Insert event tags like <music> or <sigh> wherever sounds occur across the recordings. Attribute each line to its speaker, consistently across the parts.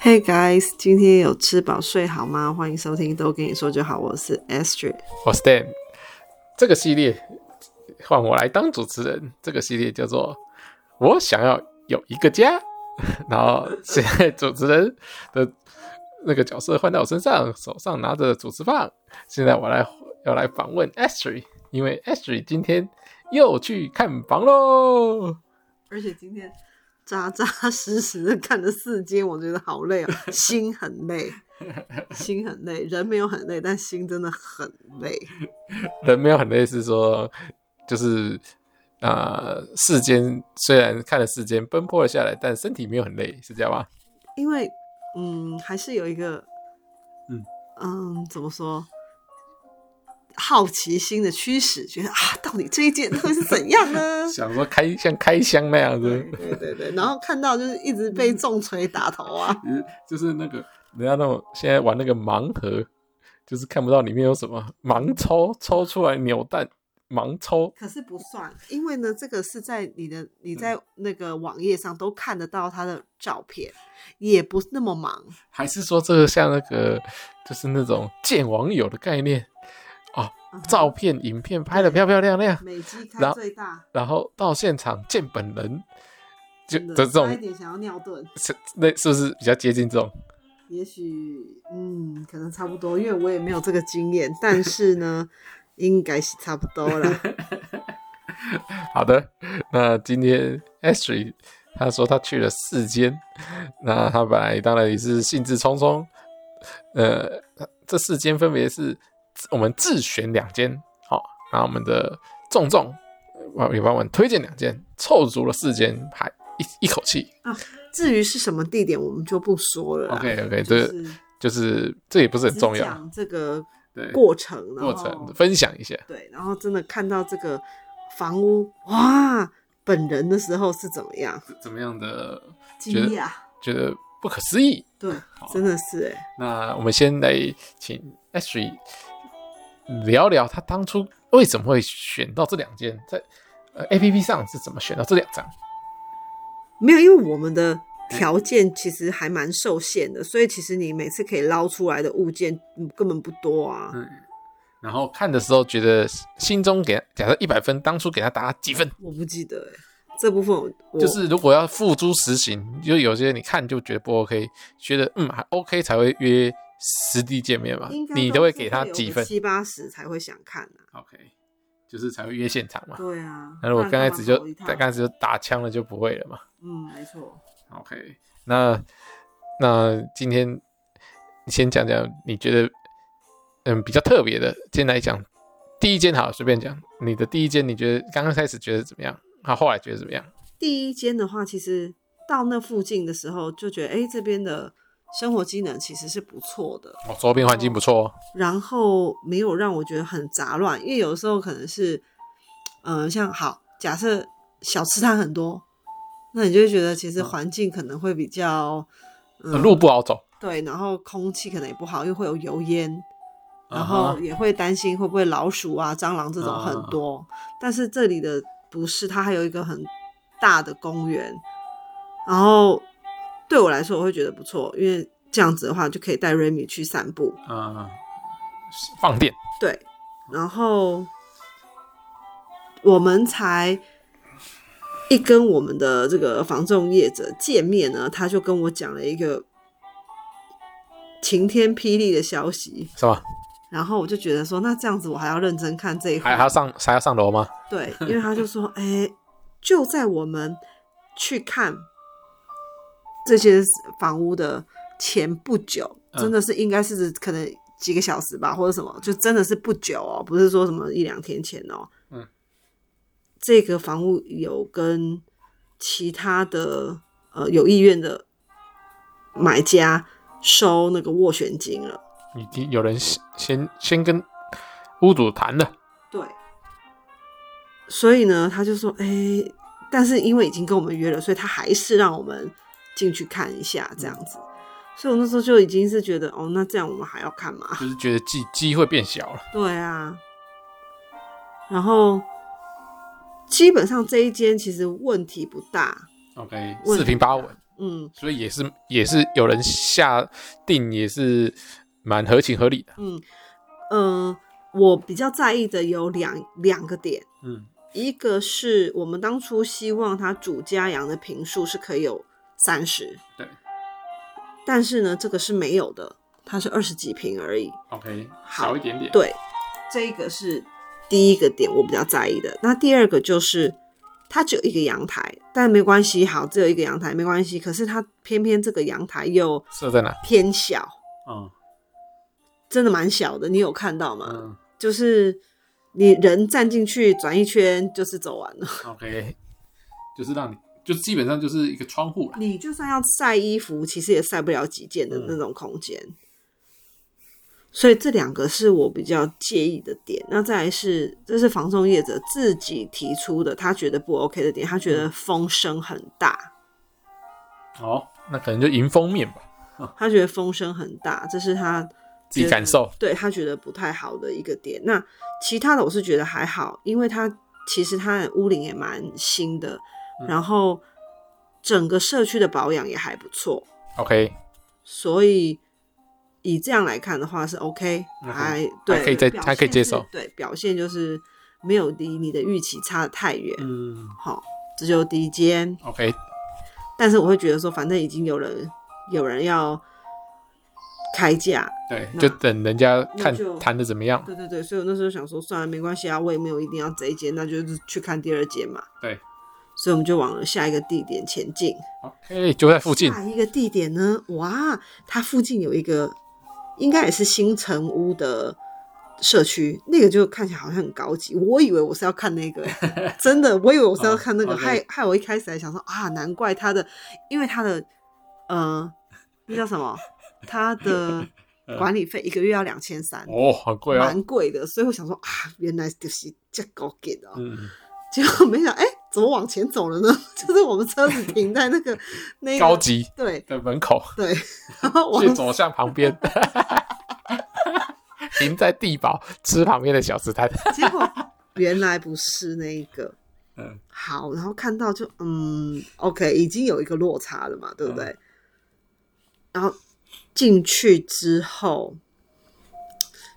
Speaker 1: Hey guys，今天有吃饱睡好吗？欢迎收听，都跟你说就好。我是 Astrid，
Speaker 2: 我哦 Stan，这个系列换我来当主持人。这个系列叫做“我想要有一个家”，然后现在主持人的那个角色换到我身上，手上拿着主持棒。现在我来要来访问 Astrid，因为 Astrid 今天又去看房喽。
Speaker 1: 而且今天扎扎实实的看了四间，我觉得好累哦，心很累，心很累，人没有很累，但心真的很累。
Speaker 2: 人没有很累，是说就是啊，呃世间虽然看了世间奔波了下来，但身体没有很累，是这样吗？
Speaker 1: 因为嗯，还是有一个
Speaker 2: 嗯？
Speaker 1: 嗯，怎么说？好奇心的驱使，觉得啊，到底这一件会是怎样呢
Speaker 2: <laughs> 想说开像开箱那样
Speaker 1: 对
Speaker 2: 子，
Speaker 1: 对对对，然后看到就是一直被重锤打头啊，
Speaker 2: 就是那个人家那种现在玩那个盲盒，就是看不到里面有什么，盲抽抽出来扭蛋，盲抽
Speaker 1: 可是不算，因为呢，这个是在你的你
Speaker 2: 嗯
Speaker 1: 在那个网页上都看得到他的照片，也不是那么忙。
Speaker 2: 还是说这个像那个就是那种见网友的概念啊？照片、影片拍的漂漂亮亮，
Speaker 1: 美肌开
Speaker 2: 然
Speaker 1: 最大，
Speaker 2: 然后到现场见本人，就
Speaker 1: 真
Speaker 2: 的
Speaker 1: 的
Speaker 2: 这
Speaker 1: 差一
Speaker 2: 种
Speaker 1: 点想要尿遁，
Speaker 2: 是那是不是比较接近这种？
Speaker 1: 也许嗯，可能差不多，因为我也没有这个经验，但是呢，应该是差不多
Speaker 2: <laughs>
Speaker 1: 了。
Speaker 2: 好的，那今天 Ashley 他说他去了四间，那他本来当然也是兴致冲冲，呃，这四间分别是我们自选两间，好、那我们的重重呃也帮我们推荐两间，凑足了四间，还一一口气。
Speaker 1: 至于是什么地点，我们就不说了啦。
Speaker 2: OK OK，
Speaker 1: 就
Speaker 2: 这
Speaker 1: 是
Speaker 2: 就是这也不是很
Speaker 1: 只
Speaker 2: 重要，
Speaker 1: 讲这个
Speaker 2: 对
Speaker 1: 过程，哦然
Speaker 2: 过哦
Speaker 1: 后
Speaker 2: 程分享一下。
Speaker 1: 对，然后真的看到这个房屋哇，本人的时候是怎么样？
Speaker 2: 怎么样的
Speaker 1: 惊
Speaker 2: <laughs> 觉得啊
Speaker 1: 讶，
Speaker 2: 觉得不可思议。
Speaker 1: 对，真的是哎、
Speaker 2: 那我们先来请 Ashley 聊聊他当初为什么会选到这两间，在呃 A P P 上是怎么选到这两张？
Speaker 1: 没有，因为我们的
Speaker 2: 哎
Speaker 1: 条件其实还蛮受限的，所以其实你每次可以捞出来的物件嗯根本不多啊。
Speaker 2: 嗯然后看的时候觉得心中给假设一百分，当初给他打几分？
Speaker 1: 我不记得哎、这部分我我
Speaker 2: 就是如果要付诸实行，就有些你看就觉得不 OK，觉得嗯还 OK 才会约实地见面嘛
Speaker 1: 应，该
Speaker 2: 你
Speaker 1: 是
Speaker 2: 都会给他
Speaker 1: 有
Speaker 2: 几
Speaker 1: 个
Speaker 2: 分
Speaker 1: 七八十才会想看啊。
Speaker 2: ？OK，就是才会约现场嘛。
Speaker 1: 对啊，
Speaker 2: 那如果
Speaker 1: 不
Speaker 2: 刚
Speaker 1: 然干嘛
Speaker 2: 开始就
Speaker 1: 跑一趟
Speaker 2: 刚开始就打枪了，就不会了嘛。
Speaker 1: 嗯，没错。
Speaker 2: OK，那那今天你先讲讲你觉得嗯比较特别的，先来讲第一间好，随便讲你的第一间，你觉得刚刚开始觉得怎么样？啊，后来觉得怎么样？
Speaker 1: 第一间的话，其实到那附近的时候就觉得，哎、这边的生活机能其实是不错的。
Speaker 2: 哦，周边环境不错哦，
Speaker 1: 然后没有让我觉得很杂乱，因为有时候可能是，呃，像好假设小吃摊很多，那你就会觉得其实环境可能会比较，嗯，
Speaker 2: 路不好走，
Speaker 1: 对，然后空气可能也不好，又会有油烟，嗯然
Speaker 2: 啊
Speaker 1: 后
Speaker 2: 哈
Speaker 1: 也会担心会不会老鼠啊、蟑螂这种很多。但是这里的不是，它还有一个很大的公园，然后对我来说我会觉得不错，因为这样子的话就可以带瑞米去散步。
Speaker 2: 嗯，放电，
Speaker 1: 对，然后我们才一跟我们的这个防重业者见面呢，他就跟我讲了一个晴天霹雳的消息，
Speaker 2: 是吧？
Speaker 1: 然后我就觉得说，那这样子我还要认真看这一
Speaker 2: 还
Speaker 1: 块
Speaker 2: 还，要上还要上楼吗？
Speaker 1: 对，因为他就说， <laughs> 哎，就在我们去看这些房屋的前不久，
Speaker 2: 嗯
Speaker 1: 真的是应该是可能几个小时吧，或者什么，就真的是不久哦，不是说什么一两天前哦。
Speaker 2: 嗯，
Speaker 1: 这个房屋有跟其他的呃有意愿的买家收那个斡旋金了。
Speaker 2: 已经有人先先先跟屋主谈了，
Speaker 1: 对，所以呢，他就说，哎、但是因为已经跟我们约了，所以他还是让我们进去看一下这样子。所以我那时候就已经是觉得，哦，那这样我们还要看嘛？
Speaker 2: 就是觉得机机会变小了，
Speaker 1: <laughs> 对啊，然后基本上这一间其实问题不大，
Speaker 2: OK，
Speaker 1: 问
Speaker 2: 四平八稳，
Speaker 1: 嗯
Speaker 2: 所以也是也是有人下定，也是蛮合情合理的。
Speaker 1: 嗯、呃我比较在意的有两两个点，
Speaker 2: 嗯
Speaker 1: 一个是我们当初希望它主家羊的平数是可以有三十，
Speaker 2: 对，
Speaker 1: 但是呢，这个是没有的，它是二十几平而已。
Speaker 2: ，OK，
Speaker 1: 好
Speaker 2: 少一点点。
Speaker 1: 对，这个是第一个点我比较在意的。那第二个就是它只有一个阳台，但没关系，好，只有一个阳台没关系。可是它偏偏这个阳台又
Speaker 2: 设在哪？
Speaker 1: 偏小，
Speaker 2: 嗯
Speaker 1: 真的蛮小的，你有看到吗？
Speaker 2: 嗯
Speaker 1: 就是你人站进去转一圈就是走完了。
Speaker 2: ，OK，就是让你就基本上就是一个窗户啦。
Speaker 1: 你就算要晒衣服，其实也晒不了几件的
Speaker 2: 嗯
Speaker 1: 那种空间。所以这两个是我比较介意的点。那再来是，这是房仲业者自己提出的，他觉得不 OK 的点，他觉
Speaker 2: 嗯
Speaker 1: 得风声很大，
Speaker 2: 哦，那可能就迎风面吧，
Speaker 1: 他觉得风声很大，这是他
Speaker 2: 自己感受。
Speaker 1: 对他觉得不太好的一个点。那其他的我是觉得还好，因为他其实他的屋龄也蛮新的，
Speaker 2: 嗯
Speaker 1: 然后整个社区的保养也还不错。
Speaker 2: OK，
Speaker 1: 所以以这样来看的话是 OK，
Speaker 2: 嗯哼
Speaker 1: 还对，
Speaker 2: 可以再
Speaker 1: 表
Speaker 2: 还可以
Speaker 1: 现
Speaker 2: 接
Speaker 1: 是
Speaker 2: 受
Speaker 1: 对，表现就是没有离你的预期差得太远。
Speaker 2: 嗯
Speaker 1: 好、这就是第一间，
Speaker 2: ，OK，
Speaker 1: 但是我会觉得说，反正已经有人有人要开价，
Speaker 2: 对，
Speaker 1: 那
Speaker 2: 就等人家
Speaker 1: 那
Speaker 2: 看
Speaker 1: 就
Speaker 2: 谈的怎么样。
Speaker 1: 对对对，所以我那时候想说，算了，没关系啊，我也没有一定要这一间，那就是去看第二间嘛。
Speaker 2: 对，
Speaker 1: 所以我们就往下一个地点前进。
Speaker 2: OK，就在附近。
Speaker 1: 下一个地点呢？哇，它附近有一个，应该也是新城屋的社区，那个就看起来好像很高级。我以为我是要看那
Speaker 2: <laughs>
Speaker 1: 个，真的，我以为我是要看那个，
Speaker 2: 哦，OK
Speaker 1: 害害我一开始还想说啊，难怪它的，因为它的，呃，那叫什么？它
Speaker 2: <laughs>
Speaker 1: 的管理费一个月要两千三，
Speaker 2: 哦，很贵哦。
Speaker 1: 蛮贵的，所以我想说啊，原来就是这高给的哦。
Speaker 2: 嗯，
Speaker 1: 结果没想，哎、怎么往前走了呢？ <laughs> 就是我们车子停在那个那
Speaker 2: 高
Speaker 1: 个
Speaker 2: 级
Speaker 1: 对。
Speaker 2: 的门口， <laughs>
Speaker 1: 对，然后
Speaker 2: 去
Speaker 1: 往
Speaker 2: 走向旁边，停在地堡吃旁边的小吃摊。
Speaker 1: 结果原来不是那一个。
Speaker 2: 嗯，
Speaker 1: 好，然后看到就嗯，OK，已经有一个落差了嘛，对不对？
Speaker 2: 嗯
Speaker 1: 然后进去之后，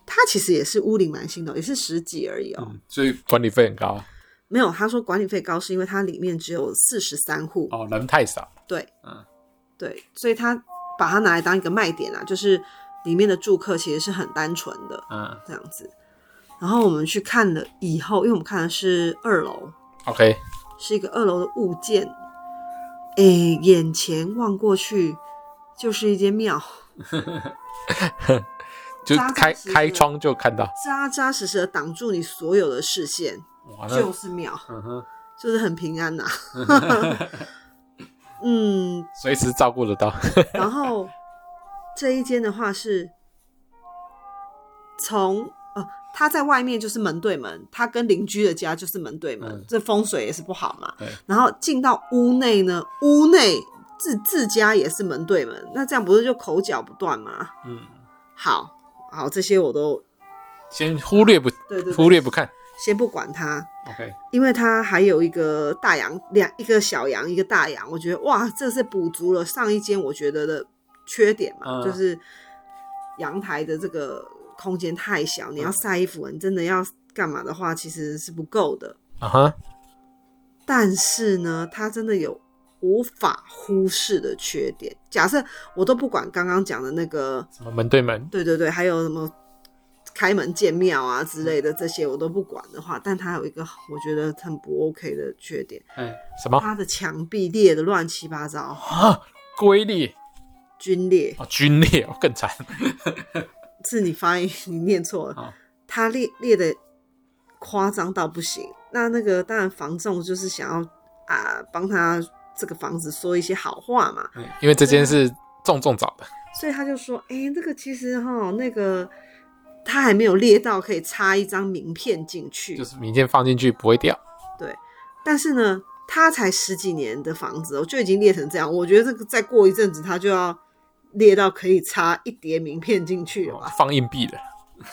Speaker 1: 他其实也是屋龄蛮新的哦，也是十几而已哦。
Speaker 2: 嗯，所以管理费很高
Speaker 1: 没有，他说管理费高是因为它里面只有四十三户，
Speaker 2: 哦，人太少。
Speaker 1: 对
Speaker 2: 嗯，
Speaker 1: 对，所以他把它拿来当一个卖点啊，就是里面的住客其实是很单纯的，
Speaker 2: 嗯
Speaker 1: 这样子。然后我们去看了以后，因为我们看的是二楼，
Speaker 2: ，OK，
Speaker 1: 是一个二楼的物件。诶，眼前望过去就是一间庙，
Speaker 2: 就
Speaker 1: 扎扎
Speaker 2: 开
Speaker 1: 实实
Speaker 2: 开窗就看到，
Speaker 1: 扎扎实实的挡住你所有的视线，
Speaker 2: 哇，那
Speaker 1: 就是庙，
Speaker 2: 嗯哼，
Speaker 1: 就是很平
Speaker 2: <laughs>
Speaker 1: 安呐、嗯，
Speaker 2: 随时照顾得到。 <laughs>
Speaker 1: 然后这一间的话是从呃，他在外面就是门对门，他跟邻居的家就是门对门，
Speaker 2: 嗯
Speaker 1: 这风水也是不好嘛
Speaker 2: 对。
Speaker 1: 然后进到屋内呢，屋内自自家也是门对门，那这样不是就口角不断吗？
Speaker 2: 嗯，
Speaker 1: 好，好，这些我都
Speaker 2: 先忽略不
Speaker 1: 对对对
Speaker 2: 忽略不看。
Speaker 1: 先不管它。
Speaker 2: OK，
Speaker 1: 因为它还有一个大洋，两一个小洋，一个大洋，我觉得哇，这是补足了上一间我觉得的缺点嘛，
Speaker 2: 嗯
Speaker 1: 就是阳台的这个空间太小，你要晒衣服，你真的要干嘛的话，其实是不够的。
Speaker 2: 啊哈，
Speaker 1: 但是呢，它真的有无法忽视的缺点。假设我都不管刚刚讲的那个
Speaker 2: 什么门对门？
Speaker 1: 对对对，还有什么开门见庙啊之类的，这些我都不管的话，但它有一个我觉得很不 OK 的缺点，
Speaker 2: 哎，什么
Speaker 1: 它的墙壁裂的乱七八糟，
Speaker 2: 啊？龟裂
Speaker 1: 皲裂
Speaker 2: 哦，皲裂哦，更惨。
Speaker 1: 是你发音你念错了
Speaker 2: 好，
Speaker 1: 它裂裂的夸张到不行。那那个当然房仲就是想要啊帮他这个房子说一些好话嘛，
Speaker 2: 嗯因为这间
Speaker 1: 啊
Speaker 2: 是重重找的，
Speaker 1: 所以他就说：“哎、这个其实哈那个。”他还没有裂到可以插一张名片进去，
Speaker 2: 就是明天放进去不会掉。
Speaker 1: 但是呢，它才十几年的房子哦，就已经裂成这样。我觉得这个再过一阵子，它就要裂到可以插一叠名片进去了吧。
Speaker 2: 放硬币的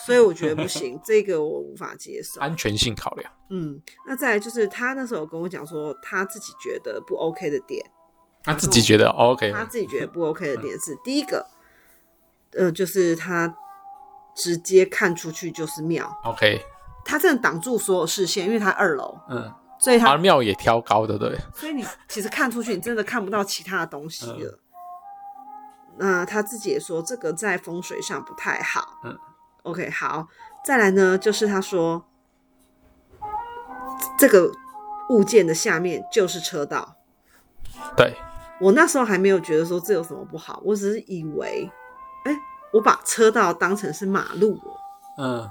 Speaker 1: 所以我觉得不行，这个我无法接受。
Speaker 2: 安全性考量。
Speaker 1: 嗯，那再来就是他那时候有跟我讲说他自己觉得不 OK 的点，
Speaker 2: 他自己觉得、哦 OK，
Speaker 1: 他自己觉得不 OK 的点是，第一个，呃，就是他直接看出去就是庙，
Speaker 2: OK，
Speaker 1: 他真的挡住所有视线，因为他二楼，
Speaker 2: 嗯，
Speaker 1: 所以他
Speaker 2: 而庙也挑高的，对不对，
Speaker 1: 所以你其实看出去，你真的看不到其他的东西
Speaker 2: 嗯
Speaker 1: 了。那他自己也说，这个在风水上不太好。
Speaker 2: 嗯
Speaker 1: ，OK，好，再来呢，就是他说，这个物件的下面就是车道。
Speaker 2: 对，
Speaker 1: 我那时候还没有觉得说这有什么不好，我只是以为，哎、我把车道当成是马路了，
Speaker 2: 嗯，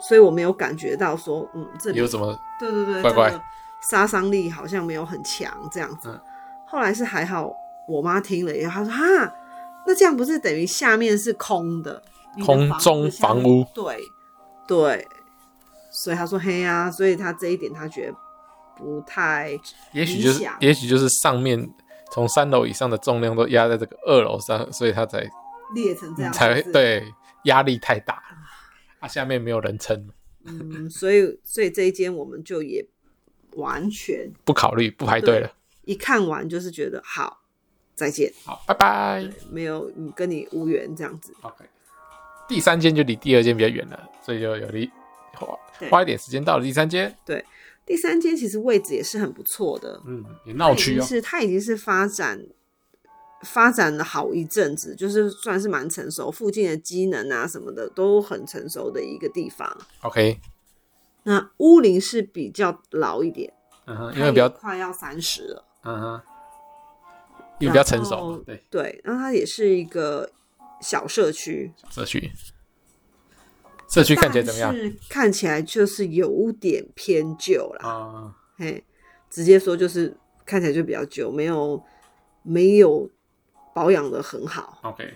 Speaker 1: 所以我没有感觉到说，嗯，这里
Speaker 2: 有什么
Speaker 1: 对对对，
Speaker 2: 怪怪
Speaker 1: 这个杀伤力好像没有很强这样子。
Speaker 2: 嗯
Speaker 1: 后来是还好，我妈听了以后，她说：“哈，那这样不是等于下面是空的，你的
Speaker 2: 空
Speaker 1: 房子
Speaker 2: 中
Speaker 1: 下面
Speaker 2: 房屋？
Speaker 1: 对对，所以她说嘿呀、所以她这一点她觉得不太
Speaker 2: 也许就是
Speaker 1: 影响，
Speaker 2: 也许就是上面从三楼以上的重量都压在这个二楼上，所以它才
Speaker 1: 列成这样，
Speaker 2: 才
Speaker 1: 是
Speaker 2: 会
Speaker 1: 不是，
Speaker 2: 对压力太大，啊，下面没有人撑，
Speaker 1: 嗯，所以所以这一间我们就也完全
Speaker 2: 不考虑不排队了，
Speaker 1: 一看完就是觉得好，再见，
Speaker 2: 好，拜拜。
Speaker 1: 没有嗯跟你无缘这样子。
Speaker 2: OK，第三间就离第二间比较远了，所以就有离花
Speaker 1: 对
Speaker 2: 花一点时间到了第三间，
Speaker 1: 第三间其实位置也是很不错的，
Speaker 2: 嗯，也闹
Speaker 1: 已
Speaker 2: 区
Speaker 1: 经
Speaker 2: 哦，
Speaker 1: 是它已经是发展发展了好一阵子，就是算是蛮成熟，附近的机能啊什么的都很成熟的一个地方。
Speaker 2: OK，
Speaker 1: 那乌林是比较老一点，
Speaker 2: 嗯哼，因
Speaker 1: 它
Speaker 2: 为
Speaker 1: 也
Speaker 2: 比较
Speaker 1: 快要三十了，
Speaker 2: 嗯哼，因为比较成
Speaker 1: 然
Speaker 2: 熟
Speaker 1: 后
Speaker 2: 嘛，对，
Speaker 1: 对，那它也是一个小社区，
Speaker 2: 社区，社区看起来怎么样
Speaker 1: 但？是看起来就是有点偏旧啦，
Speaker 2: 啊，
Speaker 1: 嘿，直接说就是看起来就比较旧，没有没有保养的很好。
Speaker 2: OK，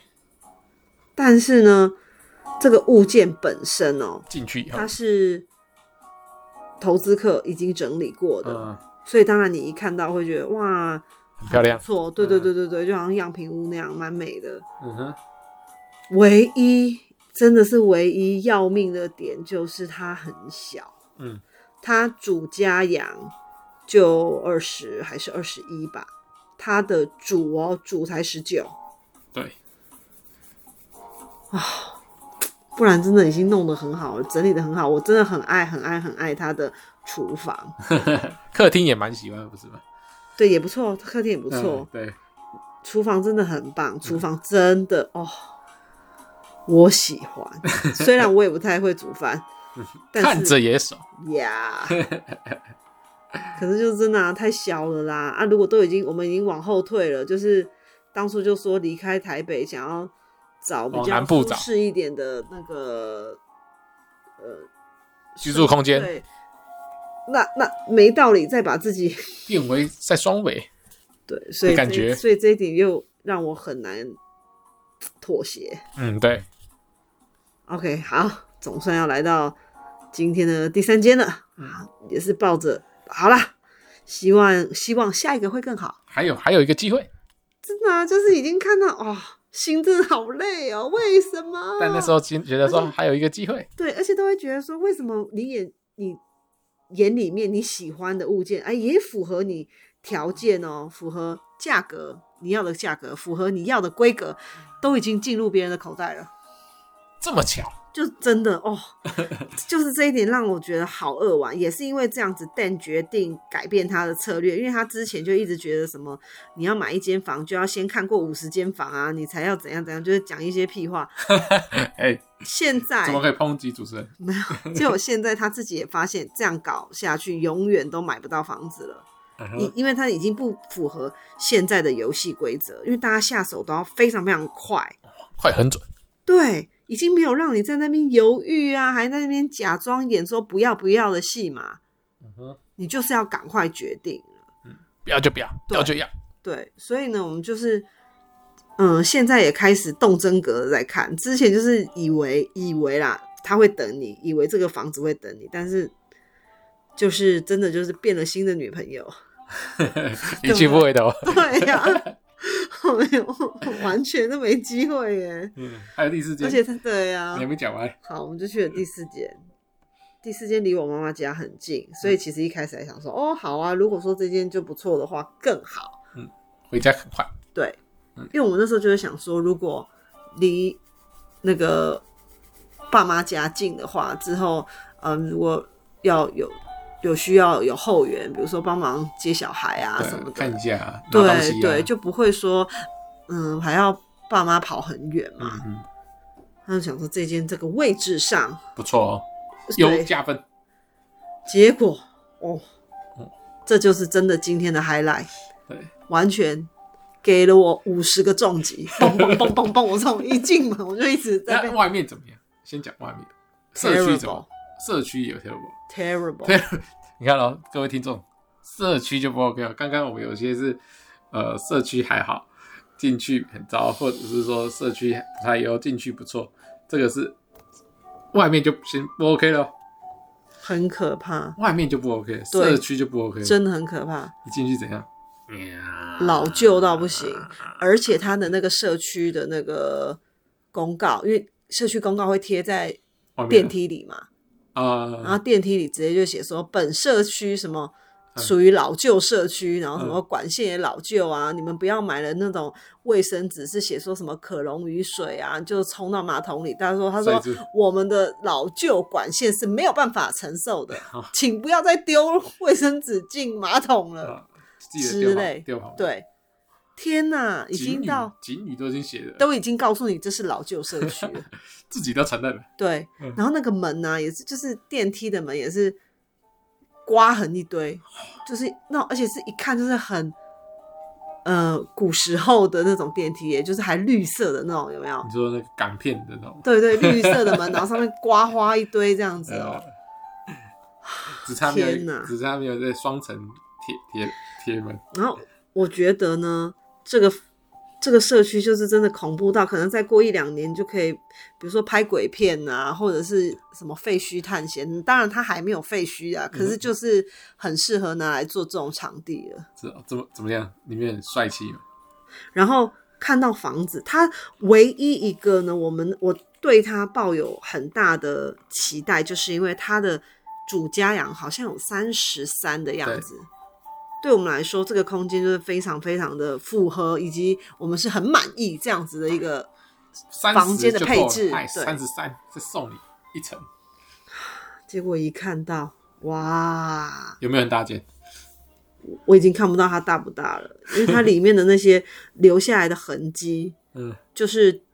Speaker 1: 但是呢，这个物件本身哦，
Speaker 2: 进去以后
Speaker 1: 它，是投资客已经整理过的，
Speaker 2: 嗯，
Speaker 1: 所以当然你一看到会觉得哇，
Speaker 2: 很漂亮
Speaker 1: 不，错，对对对对对，就好像样品屋那样，蛮美的。
Speaker 2: 嗯哼，
Speaker 1: 唯一真的是唯一要命的点就是它很小，
Speaker 2: 嗯，
Speaker 1: 它主家养就二十还是二十一吧，它的主哦主才十九，
Speaker 2: 对，
Speaker 1: 不然真的已经弄得很好了，整理的很好，我真的很爱很爱很爱它的厨房，
Speaker 2: 客厅也蛮喜欢的，不是吗？
Speaker 1: 对，也不错，客厅也不错
Speaker 2: 嗯，，对，
Speaker 1: 厨房真的很棒，厨房真的哦，我喜欢，虽然我也不太会煮饭，但
Speaker 2: 看着
Speaker 1: 是
Speaker 2: 也爽，
Speaker 1: 呀。
Speaker 2: <laughs>
Speaker 1: 可是就是真的、啊、太小了啦啊！如果都已经我们已经往后退了，就是当初就说离开台北，想要找比
Speaker 2: 往
Speaker 1: 较
Speaker 2: 南部
Speaker 1: 舒
Speaker 2: 找
Speaker 1: 适一点的那个呃
Speaker 2: 居住空间
Speaker 1: 对，那那没道理再把自己 <laughs>
Speaker 2: 变为在双尾，
Speaker 1: 对，所以
Speaker 2: 感
Speaker 1: 这
Speaker 2: 觉
Speaker 1: 所以这一点又让我很难妥协。
Speaker 2: 嗯，对，
Speaker 1: OK，好，总算要来到今天的第三间了，啊，也是抱着好啦，希望希望下一个会更好。
Speaker 2: 还有还有一个机会，
Speaker 1: 真的、啊、就是已经看到哦，心真的好累哦，为什么？
Speaker 2: 但那时候觉觉得
Speaker 1: 而
Speaker 2: 说
Speaker 1: 且
Speaker 2: 还有一个机会，
Speaker 1: 对，而且都会觉得说，为什么你眼你眼里面你喜欢的物件，哎，也符合你条件哦，符合价格你要的价格，符合你要的规格，都已经进入别人的口袋了。
Speaker 2: 这么巧，
Speaker 1: 就真的哦， <laughs> 就是这一点让我觉得好扼腕，也是因为这样子，Dan 决定改变他的策略，因为他之前就一直觉得什么你要买一间房就要先看过五十间房啊，你才要怎样怎样，就是讲一些屁话。
Speaker 2: 哎，
Speaker 1: 现在
Speaker 2: 怎么可以抨击主持人？
Speaker 1: 没有，结果现在他自己也发现这样搞下去，永远都买不到房子了，
Speaker 2: 嗯
Speaker 1: 因
Speaker 2: 哼
Speaker 1: 因为他已经不符合现在的游戏规则，因为大家下手都要非常非常快，
Speaker 2: 快很准，
Speaker 1: 对，已经没有让你在那边犹豫啊，还在那边假装演说不要不要的戏嘛，
Speaker 2: 嗯哼，
Speaker 1: 你就是要赶快决定。
Speaker 2: 不要就不要，
Speaker 1: 对
Speaker 2: 要就要，
Speaker 1: 对，所以呢，我们就是，嗯，现在也开始动真格的在看。之前就是以为以为啦，他会等你，以为这个房子会等你，但是就是真的就是变了心的女朋友。
Speaker 2: 一去不哦回头，
Speaker 1: 对呀、
Speaker 2: <laughs>
Speaker 1: <laughs> 哎呦，完全都没机会耶。
Speaker 2: 嗯，还有第四间，
Speaker 1: 而且啊他对呀、
Speaker 2: 你还没讲完，
Speaker 1: 好，我们就去了第四间。第四间离我妈妈家很
Speaker 2: 嗯
Speaker 1: 近，所以其实一开始还想说，哦，好啊，如果说这间就不错的话更好。
Speaker 2: 嗯，回家很快。
Speaker 1: 对，因为我那时候就是想说，如果离那个爸妈家近的话，之后，嗯，如果要有有需要有后援，比如说帮忙接小孩啊
Speaker 2: 对
Speaker 1: 什么的，
Speaker 2: 看一下啊，拿东西
Speaker 1: 对
Speaker 2: 啊
Speaker 1: 对，就不会说，嗯，还要爸妈跑很远嘛。
Speaker 2: 嗯嗯，
Speaker 1: 他就想说这间这个位置上，
Speaker 2: 不错哦，有
Speaker 1: 对，
Speaker 2: 加分。
Speaker 1: 结果哦
Speaker 2: 哦，
Speaker 1: 这就是真的今天的 highlight，
Speaker 2: 对，
Speaker 1: 完全给了我五十个重
Speaker 2: <laughs>
Speaker 1: 击，嘣嘣嘣嘣嘣！我从一进门 <laughs> 我就一直在被
Speaker 2: 那外面怎么样？先讲外面，社区怎么
Speaker 1: terrible
Speaker 2: 社区有 terrible。
Speaker 1: terrible，
Speaker 2: 对，你看咯，各位听众，社区就不 OK 了。刚刚我们有些是呃社区还好，进去很糟，或者是说社区不太优，进去不错，这个是外面就先不 OK 了，
Speaker 1: 很可怕，
Speaker 2: 外面就不 OK，
Speaker 1: 对
Speaker 2: 社区就不 OK 了。
Speaker 1: 真的很可怕，
Speaker 2: 一进去怎样？
Speaker 1: 老旧到不行。而且他的那个社区的那个公告，因为社区公告会贴在
Speaker 2: 外面
Speaker 1: 电梯里嘛，然后
Speaker 2: 啊，
Speaker 1: 电梯里直接就写说本社区什么
Speaker 2: 嗯
Speaker 1: 属于老旧社区，然后什
Speaker 2: 嗯
Speaker 1: 么管线也老旧啊，你们不要买了那种卫生纸是写说什么可溶于水啊，就冲到马桶里。他说他说
Speaker 2: 所以就
Speaker 1: 我们的老旧管线是没有办法承受
Speaker 2: <laughs>
Speaker 1: 的，
Speaker 2: 哦
Speaker 1: 请不要再丢卫生纸进马桶了。
Speaker 2: 啊记得丢
Speaker 1: 之
Speaker 2: 好
Speaker 1: 类
Speaker 2: 丢好。，
Speaker 1: 对，天哪，已
Speaker 2: 警
Speaker 1: 经
Speaker 2: 语
Speaker 1: 到
Speaker 2: 警语都已经写了，
Speaker 1: 都已经告诉你这是老旧社区了。
Speaker 2: 自己都承认了。
Speaker 1: 对
Speaker 2: 嗯，
Speaker 1: 然后那个门呢、也是就是电梯的门也是刮痕一堆，就是那种而且是一看就是很呃古时候的那种电梯耶，也就是还绿色的那种，有没有
Speaker 2: 你？说那个港片的那种，
Speaker 1: 对对，绿色的门，然后上面刮花一堆这样子
Speaker 2: <laughs>
Speaker 1: 哦、
Speaker 2: 呃只差没有
Speaker 1: 天，哪
Speaker 2: 只差没有在双层铁铁铁门。
Speaker 1: 然后我觉得呢，这个这个社区就是真的恐怖到，可能再过一两年就可以，比如说拍鬼片啊，或者是什么废墟探险。当然，它还没有废墟啊，可是就是很适合拿来做这种场地了。
Speaker 2: 知道怎么怎么样？里面很帅气吗？
Speaker 1: 然后看到房子，它唯一一个呢，我们我对它抱有很大的期待，就是因为它的主家养好像有三十三的样子。对我们来说，这个空间就是非常非常的符合，以及我们是很满意这样子的一个
Speaker 2: 30
Speaker 1: 房间的
Speaker 2: 就
Speaker 1: 配置
Speaker 2: 够了哎，
Speaker 1: 对
Speaker 2: 三十三，再送你一层，
Speaker 1: 结果。一看到，哇，
Speaker 2: 有没有很大件？
Speaker 1: 我已经看不到它大不大了，因为它里面的那些留下来的痕迹，
Speaker 2: 嗯，
Speaker 1: 就是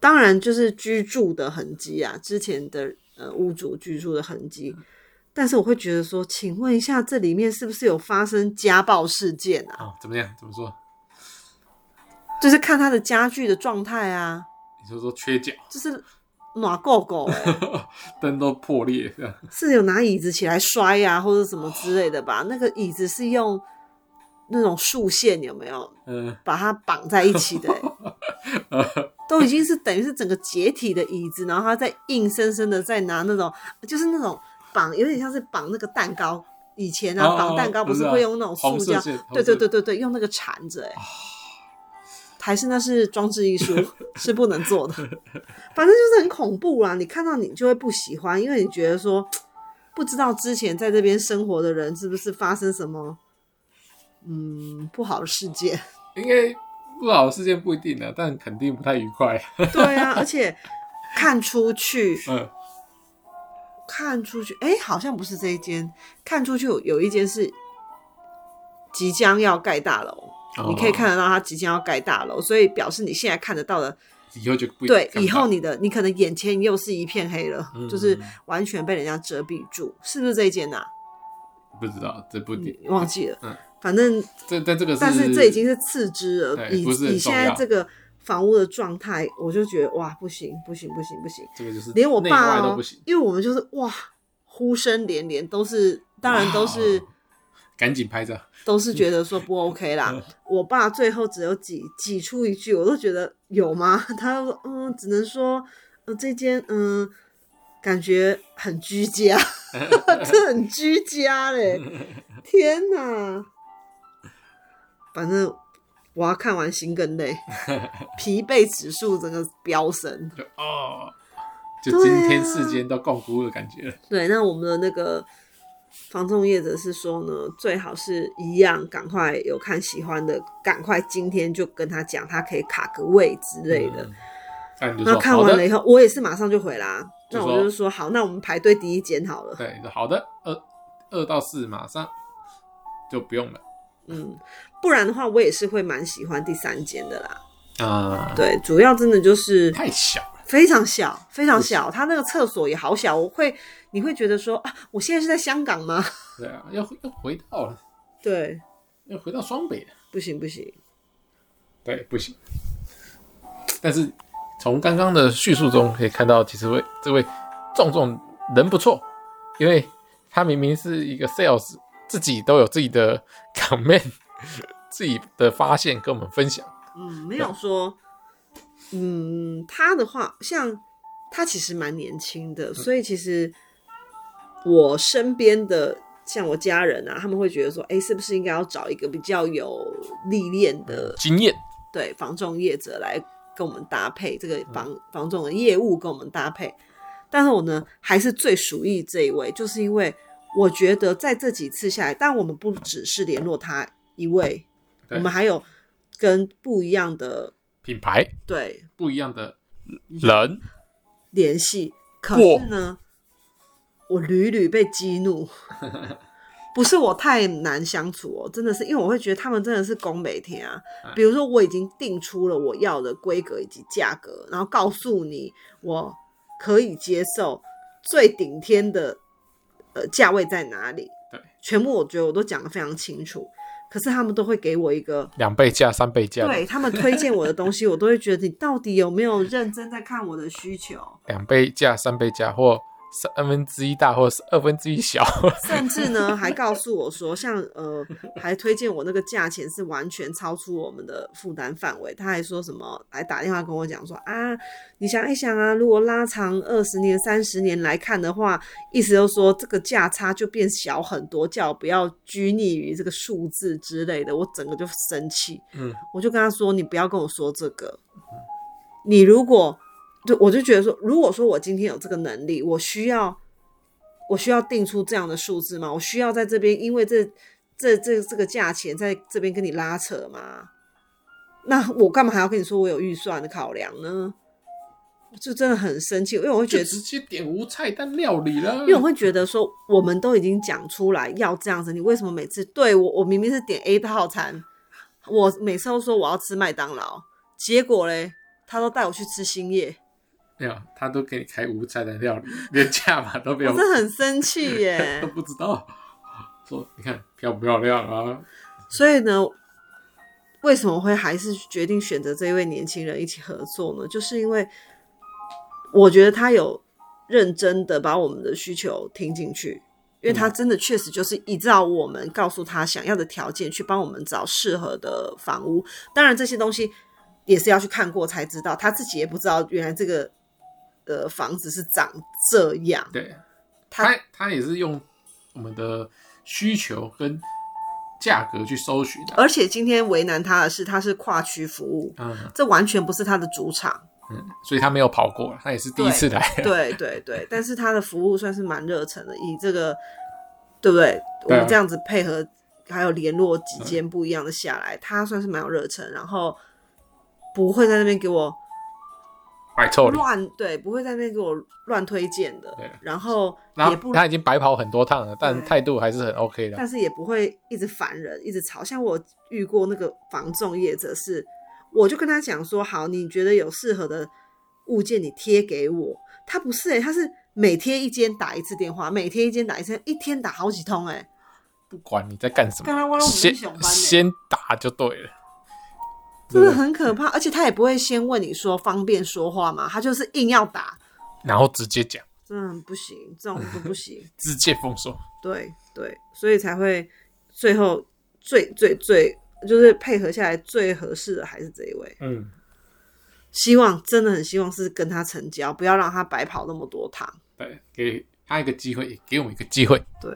Speaker 1: 当然就是居住的痕迹啊，之前的呃屋主居住的痕迹。但是我会觉得说，请问一下，这里面是不是有发生家暴事件啊？
Speaker 2: 哦，怎么样？怎么说？
Speaker 1: 就是看他的家具的状态啊，
Speaker 2: 你说说缺角，
Speaker 1: 就是暖狗狗、欸，
Speaker 2: 灯都破裂，这样
Speaker 1: 是有拿椅子起来摔呀、或者什么之类的吧？那个椅子是用那种竖线有没有
Speaker 2: 嗯，
Speaker 1: 把它绑在一起的、欸？
Speaker 2: <laughs>
Speaker 1: 都已经是等于是整个解体的椅子，然后他再硬生生的再拿那种，就是那种绑，有点像是绑那个蛋糕。以前啊，
Speaker 2: 哦
Speaker 1: 绑蛋糕不
Speaker 2: 我
Speaker 1: 是
Speaker 2: 知道
Speaker 1: 会用那种塑
Speaker 2: 红色
Speaker 1: 胶对
Speaker 2: 线？红色啊
Speaker 1: 对对对对，用那个缠着、欸。还是那是装置艺
Speaker 2: <laughs>
Speaker 1: 术，是不能做的。反正就是很恐怖啦，你看到你就会不喜欢，因为你觉得说，不知道之前在这边生活的人是不是发生什么，嗯，不好的事件。
Speaker 2: 应该不好的事件不一定的，但肯定不太愉快。
Speaker 1: 对啊， <laughs> 而且看出去，
Speaker 2: 嗯，
Speaker 1: 看出去，哎，好像不是这一间，看出去有有一间是即将要盖大楼，你可以看
Speaker 2: 哦，
Speaker 1: 得到它即将要盖大楼，所以表示你现在看得到的，
Speaker 2: 以后就不
Speaker 1: 对，
Speaker 2: 看不
Speaker 1: 以后
Speaker 2: 到
Speaker 1: 你的你可能眼前又是一片黑了，
Speaker 2: 嗯
Speaker 1: 就是完全被人家遮蔽住，是不是这一间呐、啊
Speaker 2: 不知道这不一定
Speaker 1: 你忘记了，
Speaker 2: 嗯
Speaker 1: 反正
Speaker 2: 这但这个
Speaker 1: 但是这已经是次之了，
Speaker 2: 对
Speaker 1: 以
Speaker 2: 不是很
Speaker 1: 以现
Speaker 2: 重
Speaker 1: 在
Speaker 2: 要
Speaker 1: 这个房屋的状态，我就觉得哇，不行不行不行不行，
Speaker 2: 这个就是
Speaker 1: 连我
Speaker 2: 内
Speaker 1: 爸
Speaker 2: 外
Speaker 1: 哦、
Speaker 2: 都不行，
Speaker 1: 因为我们就是哇，呼声连连，都是当然都是
Speaker 2: 哇赶紧拍照。
Speaker 1: 都是觉得说不 OK
Speaker 2: 嗯
Speaker 1: 啦。我爸最后只有挤挤出一句，我都觉得有吗？ <laughs> 他就说嗯，只能说嗯这间嗯感觉很居
Speaker 2: <laughs>
Speaker 1: 家，这很居家嘞！天哪，反正我要看完心更
Speaker 2: <laughs>
Speaker 1: 累，疲惫指数整个飙升。
Speaker 2: 就哦，就
Speaker 1: 对
Speaker 2: 今
Speaker 1: 啊
Speaker 2: 天世间都共辜的感觉了。
Speaker 1: 对，那我们的那个房仲业者是说呢，最好是一样，赶快有看喜欢的，赶快今天就跟他讲，他可以卡个位之类的。
Speaker 2: 嗯那你就
Speaker 1: 那
Speaker 2: 说
Speaker 1: 看
Speaker 2: 好
Speaker 1: 完了
Speaker 2: 的，
Speaker 1: 以后，我也是马上就回啦。
Speaker 2: 就
Speaker 1: 那
Speaker 2: 说
Speaker 1: 我就是说好，那我们排队第一间好了。
Speaker 2: 对，你说好的，二二到四马上就不用了
Speaker 1: 嗯，不然的话，我也是会蛮喜欢第三间的啦。
Speaker 2: 啊，
Speaker 1: 对，主要真的就是
Speaker 2: 太小了，
Speaker 1: 非常小，非常小，它那个厕所也好小，我会你会觉得说啊，我现在是在香港吗？ <laughs>
Speaker 2: 对啊，又回又回到了，
Speaker 1: 对，
Speaker 2: 又回到双北了，
Speaker 1: 不行不行，
Speaker 2: 对，不行。但是从刚刚的叙述中可以看到，其实位这位重重人不错，因为他明明是一个 sales，自己都有自己的 comment，自 <laughs> 己的发现跟我们分享。
Speaker 1: 嗯，没有说，嗯，他的话，像他其实蛮年轻的，所以其实我身边的像我家人啊，他们会觉得说，哎、是不是应该要找一个比较有历练的
Speaker 2: 经验，
Speaker 1: 对房仲业者来跟我们搭配这个房房仲的业务跟我们搭配。但是我呢，还是最属意这一位，就是因为我觉得在这几次下来，但我们不只是联络他一位，
Speaker 2: 对
Speaker 1: 我们还有跟不一样的
Speaker 2: 品牌
Speaker 1: 对
Speaker 2: 不一样的人，
Speaker 1: 联系。可
Speaker 2: 过
Speaker 1: 是呢，我屡屡被激怒，不是我太难相处哦，真的是因为我会觉得他们真的是攻每天啊。比如说，我已经定出了我要的规格以及价格，然后告诉你我可以接受最顶天的呃价位在哪里，
Speaker 2: 对，
Speaker 1: 全部我觉得我都讲得非常清楚。可是他们都会给我一个
Speaker 2: 两倍价、三倍价，
Speaker 1: 对他们推荐我的东西，我都会觉得你到底有没有认真在看我的需求？
Speaker 2: 两倍价、三倍价，或三分之一大，或是二分之一小。
Speaker 1: 甚至呢还告诉我说，像呃，还推荐我那个价钱是完全超出我们的负担范围。他还说什么还打电话跟我讲说啊，你想一想啊，如果拉长二十年、三十年来看的话，意思就是说这个价差就变小很多，叫我不要拘泥于这个数字之类的。我整个就生气，
Speaker 2: 嗯，
Speaker 1: 我就跟他说，你不要跟我说这个，你如果就我就觉得说，如果说我今天有这个能力，我需要我需要定出这样的数字吗？我需要在这边因为这这这这个价钱在这边跟你拉扯吗？那我干嘛还要跟你说我有预算的考量呢？就真的很生气，因为我会觉得
Speaker 2: 就 <laughs> 直接点无菜单料理了。
Speaker 1: 因为我会觉得说，我们都已经讲出来要这样子，你为什么每次对我，我明明是点 A 套餐，我每次都说我要吃麦当劳，结果嘞，他都带我去吃兴业，
Speaker 2: 没有，他都给你开无菜
Speaker 1: <laughs>
Speaker 2: 单料理，连价码都没有
Speaker 1: 我，真的很生气
Speaker 2: <laughs> 都
Speaker 1: 耶。
Speaker 2: 不知道。说你看漂不漂亮啊？
Speaker 1: 所以呢，为什么会还是决定选择这一位年轻人一起合作呢？就是因为我觉得他有认真的把我们的需求听进去。因为他真的确实就是依照我们告诉他想要的条件去帮我们找适合的房屋，当然这些东西也是要去看过才知道，他自己也不知道原来这个呃房子是长这样。
Speaker 2: 对，
Speaker 1: 他
Speaker 2: 他他也是用我们的需求跟价格去搜寻啊的。
Speaker 1: 而且今天为难他的是，他是跨区服务，
Speaker 2: 嗯
Speaker 1: 这完全不是他的主场。
Speaker 2: 嗯，所以他没有跑过，他也是第一次来。 <laughs>
Speaker 1: 对对对，但是他的服务算是蛮热忱的，以这个对不对？我
Speaker 2: 对啊嗯
Speaker 1: 们这样子配合，还有联络几间不一样的下来，他算是蛮有热忱，然后不会在那边给我
Speaker 2: 摆臭脸，
Speaker 1: 乱对，不会在那边给我乱推荐的
Speaker 2: 对，
Speaker 1: 然后
Speaker 2: 然
Speaker 1: 也不
Speaker 2: 后他已经白跑很多趟了，但
Speaker 1: 对
Speaker 2: 态度还是很 OK 的。
Speaker 1: 但是也不会一直烦人，一直吵。像我遇过那个房仲业者是，我就跟他讲说，好，你觉得有适合的物件，你贴给我。他不是诶、欸他是每天一间打一次电话，每天一间打一次，一天打好几通欸诶、
Speaker 2: 不管你在干什
Speaker 1: 刚
Speaker 2: 么，
Speaker 1: 刚我有
Speaker 2: 先
Speaker 1: 英雄班欸
Speaker 2: 先打就对了。
Speaker 1: 真的很可怕。而且他也不会先问你说方便说话嘛，他就是硬要打，
Speaker 2: 然后直接讲，
Speaker 1: 真的很不行，这种都不
Speaker 2: <laughs>
Speaker 1: 行。
Speaker 2: 直接封锁。
Speaker 1: 对对，所以才会最后最最最就是配合下来最合适的还是这一位。
Speaker 2: 嗯，
Speaker 1: 希望真的很希望是跟他成交，不要让他白跑那么多趟。
Speaker 2: 对，给他一个机会，也给我们一个机会。
Speaker 1: 对，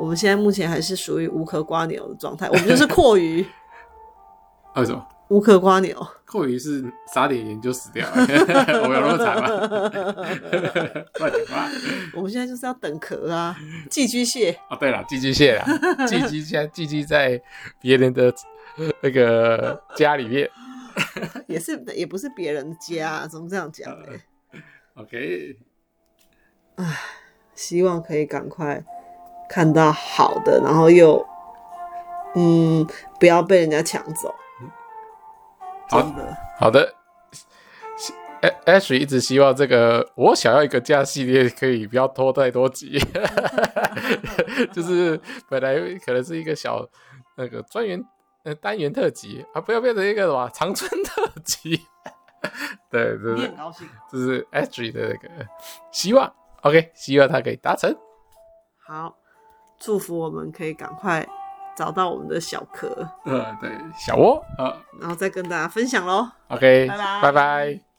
Speaker 1: 我们现在目前还是属于无壳瓜牛的状态，我们就是阔鱼，
Speaker 2: 为什么？
Speaker 1: 无壳瓜牛。 <laughs>
Speaker 2: 扣鱼是撒点盐就死掉了， <laughs> 我有那么惨吗？ <laughs> 乱讲话。
Speaker 1: 我们现在就是要等壳啊，寄居蟹。
Speaker 2: 哦，对了，寄居蟹啦， <laughs> 寄居现在寄居在别人的那个家里面。
Speaker 1: 也是也不是别人家、啊，怎么这样讲、欸？
Speaker 2: OK，
Speaker 1: 希望可以赶快看到好的，然后又嗯，不要被人家抢走。
Speaker 2: 好
Speaker 1: 真的，
Speaker 2: 好的。A- Ash 一直希望这个我想要一个家系列可以不要拖太多集， <laughs> 就是本来可能是一个小那个专员呃单元特辑啊，不要变成一个什么长春特辑。 <laughs> 对，这
Speaker 1: 你
Speaker 2: 是
Speaker 1: 很高兴。
Speaker 2: 这是 Ash 的那个希望。OK，希望它可以达成。
Speaker 1: 好，祝福我们可以赶快找到我们的小壳，
Speaker 2: 呃，对，小窝啊、
Speaker 1: 然后再跟大家分享喽。
Speaker 2: o k
Speaker 1: 拜拜
Speaker 2: 拜拜